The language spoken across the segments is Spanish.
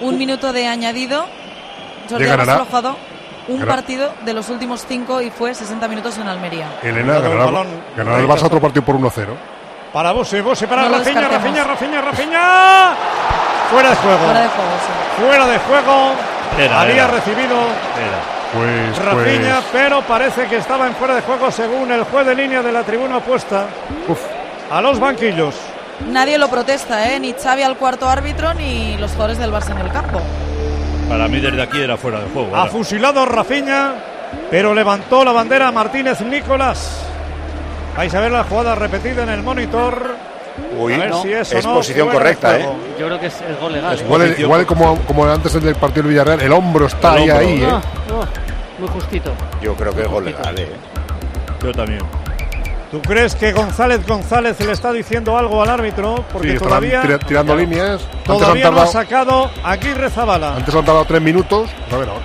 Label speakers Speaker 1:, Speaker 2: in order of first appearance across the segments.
Speaker 1: un minuto de añadido. Jordi
Speaker 2: Llegará.
Speaker 1: Alba solo ha jugado un
Speaker 2: Llegará.
Speaker 1: partido de los últimos cinco y fue 60 minutos en Almería.
Speaker 2: Elena,
Speaker 3: Cuidado el
Speaker 2: ganará,
Speaker 3: balón.
Speaker 2: ganará el
Speaker 3: Rechazo.
Speaker 2: Barça otro partido por 1-0.
Speaker 3: Para Bose, Bose para
Speaker 1: No lo
Speaker 3: Rafiña, Rafiña,
Speaker 1: descartemos.
Speaker 3: Rafiña, Rafiña. Fuera de juego.
Speaker 1: Fuera de juego, sí.
Speaker 3: Fuera de juego.
Speaker 4: Era,
Speaker 3: Había
Speaker 4: era.
Speaker 3: recibido
Speaker 4: Era.
Speaker 2: Pues,
Speaker 3: Rafiña, pero parece que estaba en fuera de juego según el juez de línea de la tribuna opuesta
Speaker 2: pues, uf,
Speaker 3: a los banquillos.
Speaker 1: Nadie lo protesta, ¿eh? ni Xavi al cuarto árbitro ni los jugadores del Barça en el campo.
Speaker 4: Para mí desde aquí era fuera de juego.
Speaker 3: Ha
Speaker 4: era.
Speaker 3: fusilado Rafiña, pero levantó la bandera Martínez Nicolás. Vais a ver la jugada repetida en el monitor.
Speaker 5: Uy,
Speaker 3: a ver
Speaker 5: no,
Speaker 3: si es, o
Speaker 5: es
Speaker 3: no
Speaker 5: posición
Speaker 3: fuera de
Speaker 5: correcta, ¿eh?
Speaker 3: juego.
Speaker 6: Yo creo que es, es gol legal. ¿eh?
Speaker 2: igual,
Speaker 4: Posición.
Speaker 2: igual como, como antes en el del partido del Villarreal, el hombro está
Speaker 4: El
Speaker 2: ahí, ahí,
Speaker 4: hombro.
Speaker 2: ¿eh?
Speaker 6: Ah, ah, muy justito.
Speaker 5: Yo creo que es gol legal, ¿eh?
Speaker 4: Yo también.
Speaker 3: ¿Tú crees que González González le está diciendo algo al árbitro? Porque
Speaker 2: Sí, estarán
Speaker 3: todavía,
Speaker 2: tira- tirando líneas. Antes han,
Speaker 3: todavía no ha
Speaker 2: tardado,
Speaker 3: sacado Aguirre Zabala.
Speaker 2: antes han tardado tres minutos. A ver, ahora.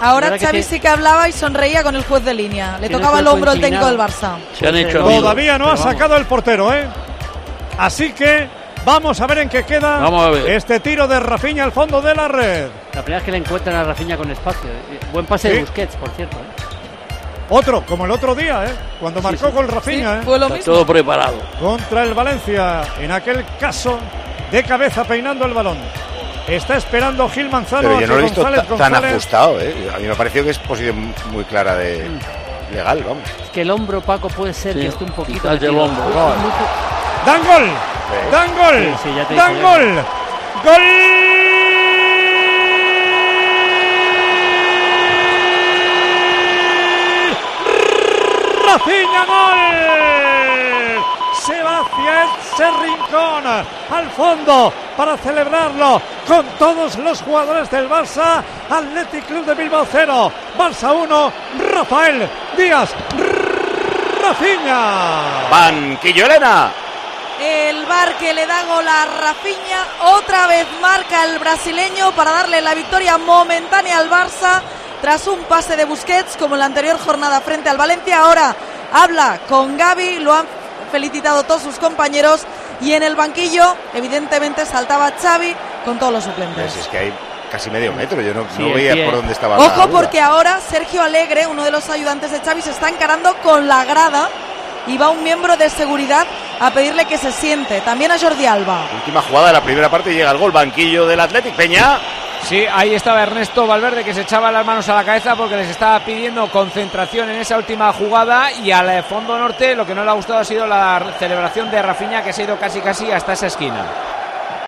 Speaker 1: Ahora
Speaker 6: verdad que
Speaker 1: Xavi
Speaker 6: tiene-
Speaker 1: sí que hablaba y sonreía con el juez de línea. Le
Speaker 6: Tiene
Speaker 1: tocaba el
Speaker 6: cuerpo
Speaker 1: hombro al técnico del
Speaker 6: inclinado.
Speaker 1: Barça.
Speaker 7: Se han hecho amigos.
Speaker 3: Todavía no
Speaker 6: Pero
Speaker 3: ha
Speaker 6: vamos.
Speaker 3: sacado el portero, ¿eh? Así que vamos a ver en qué queda
Speaker 7: Vamos a ver.
Speaker 3: este tiro de Rafinha al fondo de la red.
Speaker 6: La primera vez que le encuentran a Rafinha con espacio. eh. Buen pase
Speaker 3: Sí.
Speaker 6: de Busquets, por cierto. ¿eh?
Speaker 3: Otro, como el otro día, ¿eh? Cuando marcó
Speaker 6: sí.
Speaker 3: con
Speaker 1: Sí,
Speaker 3: Rafinha, ¿eh?
Speaker 1: fue lo
Speaker 7: Está
Speaker 1: mismo.
Speaker 7: todo preparado.
Speaker 3: Contra el Valencia, en aquel caso, de cabeza peinando el balón. Está esperando Gil Manzano
Speaker 5: Pero
Speaker 3: a
Speaker 5: yo
Speaker 3: que
Speaker 5: no lo he visto
Speaker 3: González
Speaker 5: ta- tan
Speaker 3: González
Speaker 5: ajustado, ¿eh? A mí me ha parecido que es posición muy clara de legal, vamos.
Speaker 6: Es que el hombro Paco puede ser
Speaker 7: Sí,
Speaker 6: que esté un poquito.
Speaker 7: quizás
Speaker 6: metido.
Speaker 7: el hombro.
Speaker 6: Muy- muy ju-
Speaker 3: ¡Dan gol! ¡Dan gol!
Speaker 6: Sí, sí, ya te
Speaker 3: ¡Dan
Speaker 6: digo yo.
Speaker 3: gol! ¡Gol! ¡Rafinha gol! Se va hacia ese rincón, al fondo, para celebrarlo con todos los jugadores del Barça. Athletic Club de Bilbao 0, Barça 1, Rafael Díaz, Rafinha.
Speaker 5: ¡Banquillo Elena!
Speaker 1: El bar que le da gol a Rafinha, otra vez marca el brasileño para darle la victoria momentánea al Barça tras un pase de Busquets como en la anterior jornada frente al Valencia. Ahora habla con Gaby, lo han felicitado todos sus compañeros y en el banquillo evidentemente saltaba Xavi con todos los
Speaker 5: Pues
Speaker 1: suplentes.
Speaker 5: es que hay casi medio metro, yo no,
Speaker 6: Sí,
Speaker 5: no
Speaker 6: el
Speaker 5: veía
Speaker 6: pie.
Speaker 5: por dónde estaba. la
Speaker 1: Ojo
Speaker 5: duda.
Speaker 1: porque ahora Sergio Alegre, uno de los ayudantes de Xavi, se está encarando con la grada y va un miembro de seguridad a pedirle que se siente, también a Jordi Alba.
Speaker 5: Última jugada de la primera parte y llega el gol. Banquillo del Athletic, Peña.
Speaker 8: Sí, ahí estaba Ernesto Valverde que se echaba las manos a la cabeza porque les estaba pidiendo concentración en esa última jugada y al eh, fondo norte lo que no le ha gustado ha sido la celebración de Rafinha que se ha ido casi casi hasta esa esquina.